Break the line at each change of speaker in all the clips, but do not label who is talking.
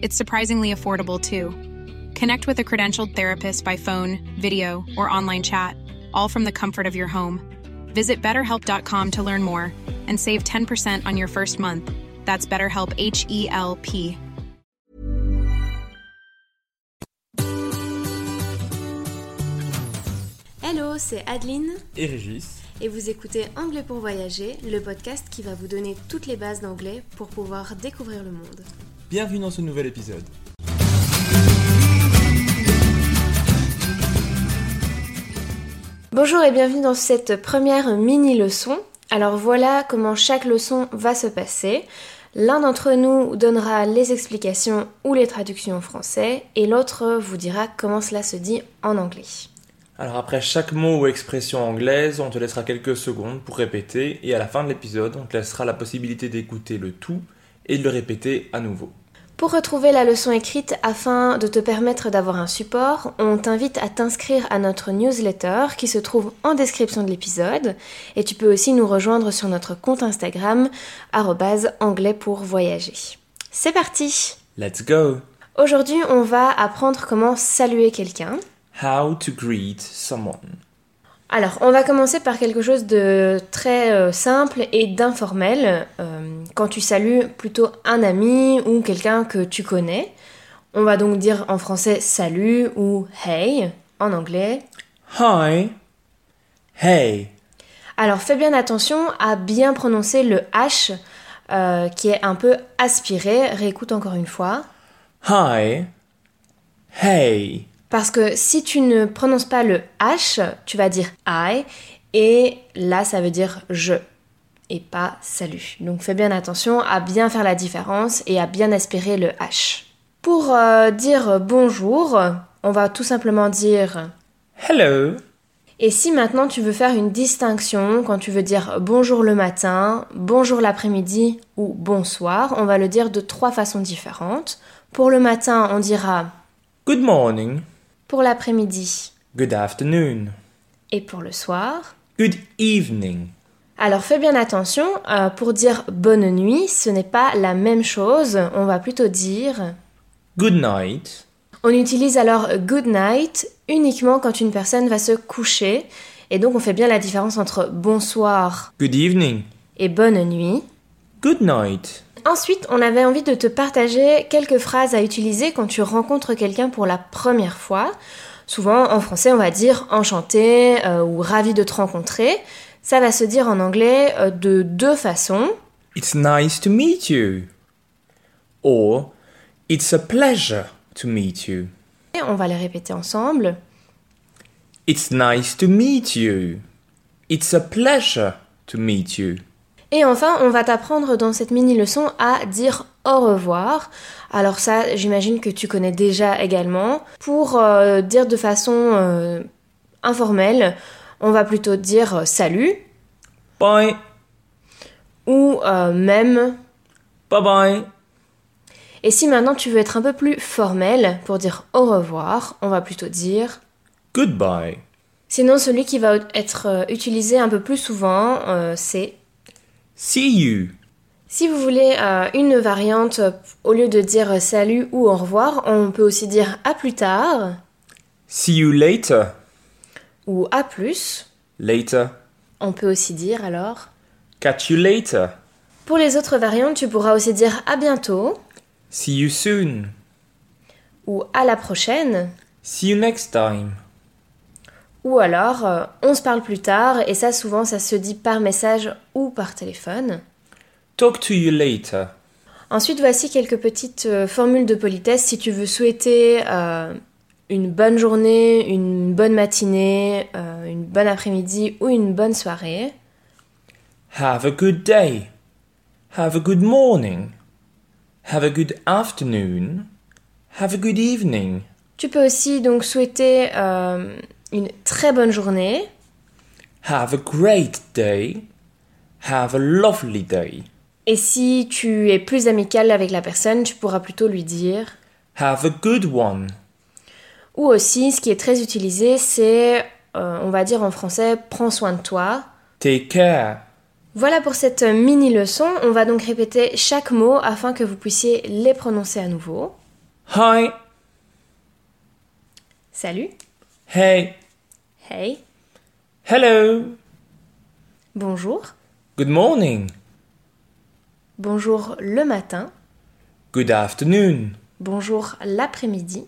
It's surprisingly affordable too. Connect with a credentialed therapist by phone, video, or online chat, all from the comfort of your home. Visit betterhelp.com to learn more and save 10% on your first month. That's BetterHelp H E L P.
Hello, c'est Adeline
et Régis.
et vous écoutez Anglais pour voyager, le podcast qui va vous donner toutes les bases d'anglais pour pouvoir découvrir le monde.
Bienvenue dans ce nouvel épisode.
Bonjour et bienvenue dans cette première mini leçon. Alors voilà comment chaque leçon va se passer. L'un d'entre nous donnera les explications ou les traductions en français et l'autre vous dira comment cela se dit en anglais.
Alors après chaque mot ou expression anglaise, on te laissera quelques secondes pour répéter et à la fin de l'épisode, on te laissera la possibilité d'écouter le tout et de le répéter à nouveau.
Pour retrouver la leçon écrite afin de te permettre d'avoir un support, on t'invite à t'inscrire à notre newsletter qui se trouve en description de l'épisode et tu peux aussi nous rejoindre sur notre compte Instagram arrobase anglais pour voyager. C'est parti
Let's go
Aujourd'hui on va apprendre comment saluer quelqu'un.
How to greet someone.
Alors on va commencer par quelque chose de très euh, simple et d'informel. euh, quand tu salues plutôt un ami ou quelqu'un que tu connais, on va donc dire en français salut ou hey en anglais
Hi. Hey.
Alors fais bien attention à bien prononcer le H euh, qui est un peu aspiré, réécoute encore une fois.
Hi. Hey.
Parce que si tu ne prononces pas le H, tu vas dire I et là ça veut dire je et pas salut. Donc fais bien attention à bien faire la différence et à bien aspirer le H. Pour euh, dire bonjour, on va tout simplement dire
Hello.
Et si maintenant tu veux faire une distinction quand tu veux dire bonjour le matin, bonjour l'après-midi ou bonsoir, on va le dire de trois façons différentes. Pour le matin, on dira
Good morning.
pour l'après-midi
Good afternoon.
et pour le soir.
Good evening.
Alors fais bien attention, euh, pour dire bonne nuit, ce n'est pas la même chose, on va plutôt dire
Good night.
On utilise alors good night uniquement quand une personne va se coucher et donc on fait bien la différence entre bonsoir
Good evening.
et bonne nuit.
Good night.
Ensuite, on avait envie de te partager quelques phrases à utiliser quand tu rencontres quelqu'un pour la première fois. Souvent, en français, on va dire enchanté euh, ou ravi de te rencontrer. Ça va se dire en anglais euh, de deux façons.
It's nice to meet you. Or, it's a pleasure to meet you.
Et on va les répéter ensemble.
It's nice to meet you. It's a pleasure to meet you.
Et enfin, on va t'apprendre dans cette mini-leçon à dire au revoir. Alors ça, j'imagine que tu connais déjà également. Pour euh, dire de façon euh, informelle, on va plutôt dire euh, salut
Bye.
ou euh, même
Bye bye.
Et si maintenant tu veux être un peu plus formel pour dire au revoir, on va plutôt dire.
Goodbye.
Sinon, celui qui va être euh, utilisé un peu plus souvent, euh, c'est
See you.
si vous voulez euh, une variante, euh, au lieu de dire salut ou au revoir, on peut aussi dire à plus tard
See you later.
ou à plus.
Later.
On peut aussi dire alors.
Catch you later.
Pour les autres variantes, tu pourras aussi dire à bientôt
See you soon.
ou à la prochaine,
See you next time.
ou alors euh, on se parle plus tard, et ça souvent ça se dit par message ou par téléphone.
Talk to you later.
Ensuite, voici quelques petites euh, formules de politesse si tu veux souhaiter euh, une bonne journée, une bonne matinée, euh, une bonne après-midi ou une bonne soirée.
Have a good day. Have a good morning. Have a good afternoon. Have a good evening.
Tu peux aussi donc souhaiter euh, une très bonne journée
Have a great day. Have a lovely day.
et si tu es plus amical avec la personne, tu pourras plutôt lui dire.
Have a good one.
Ou aussi, ce qui est très utilisé, c'est, euh, on va dire en français, prends soin de toi.
Take care.
Voilà pour cette euh, mini leçon. On va donc répéter chaque mot afin que vous puissiez les prononcer à nouveau.
Hi.
Salut.
Hey.
Hey,
Hello.
bonjour.
Good morning.
Bonjour le matin.
Good afternoon.
Bonjour l'après-midi.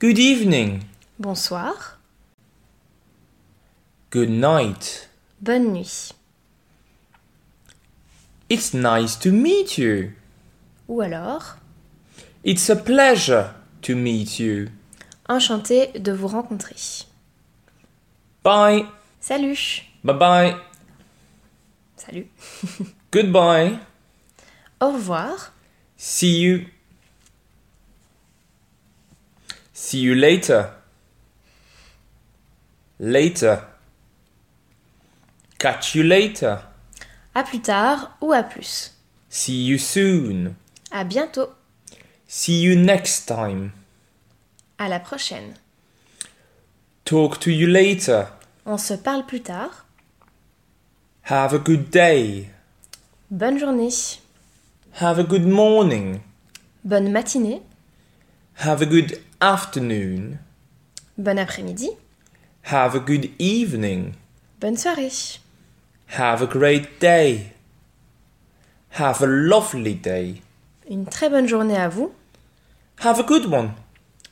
Good evening.
Bonsoir.
Good night.
Bonne nuit.
It's nice to meet you.
Ou alors,
It's a pleasure to meet you.
enchanté de vous rencontrer.
Bye.
Salut.
Bye bye.
Salut.
Goodbye.
Au revoir.
See you. See you later. Later. Catch you later.
À plus tard ou à plus.
See you soon.
À bientôt.
See you next time.
À la prochaine.
Talk to you later.
On se parle plus tard.
Have a good day.
Bonne journée.
Have a good morning.
Bonne matinée.
Have a good afternoon.
Bon après-midi.
Have a good evening.
Bonne soirée.
Have a great day. Have a lovely day.
Une très bonne journée à vous.
Have a good one.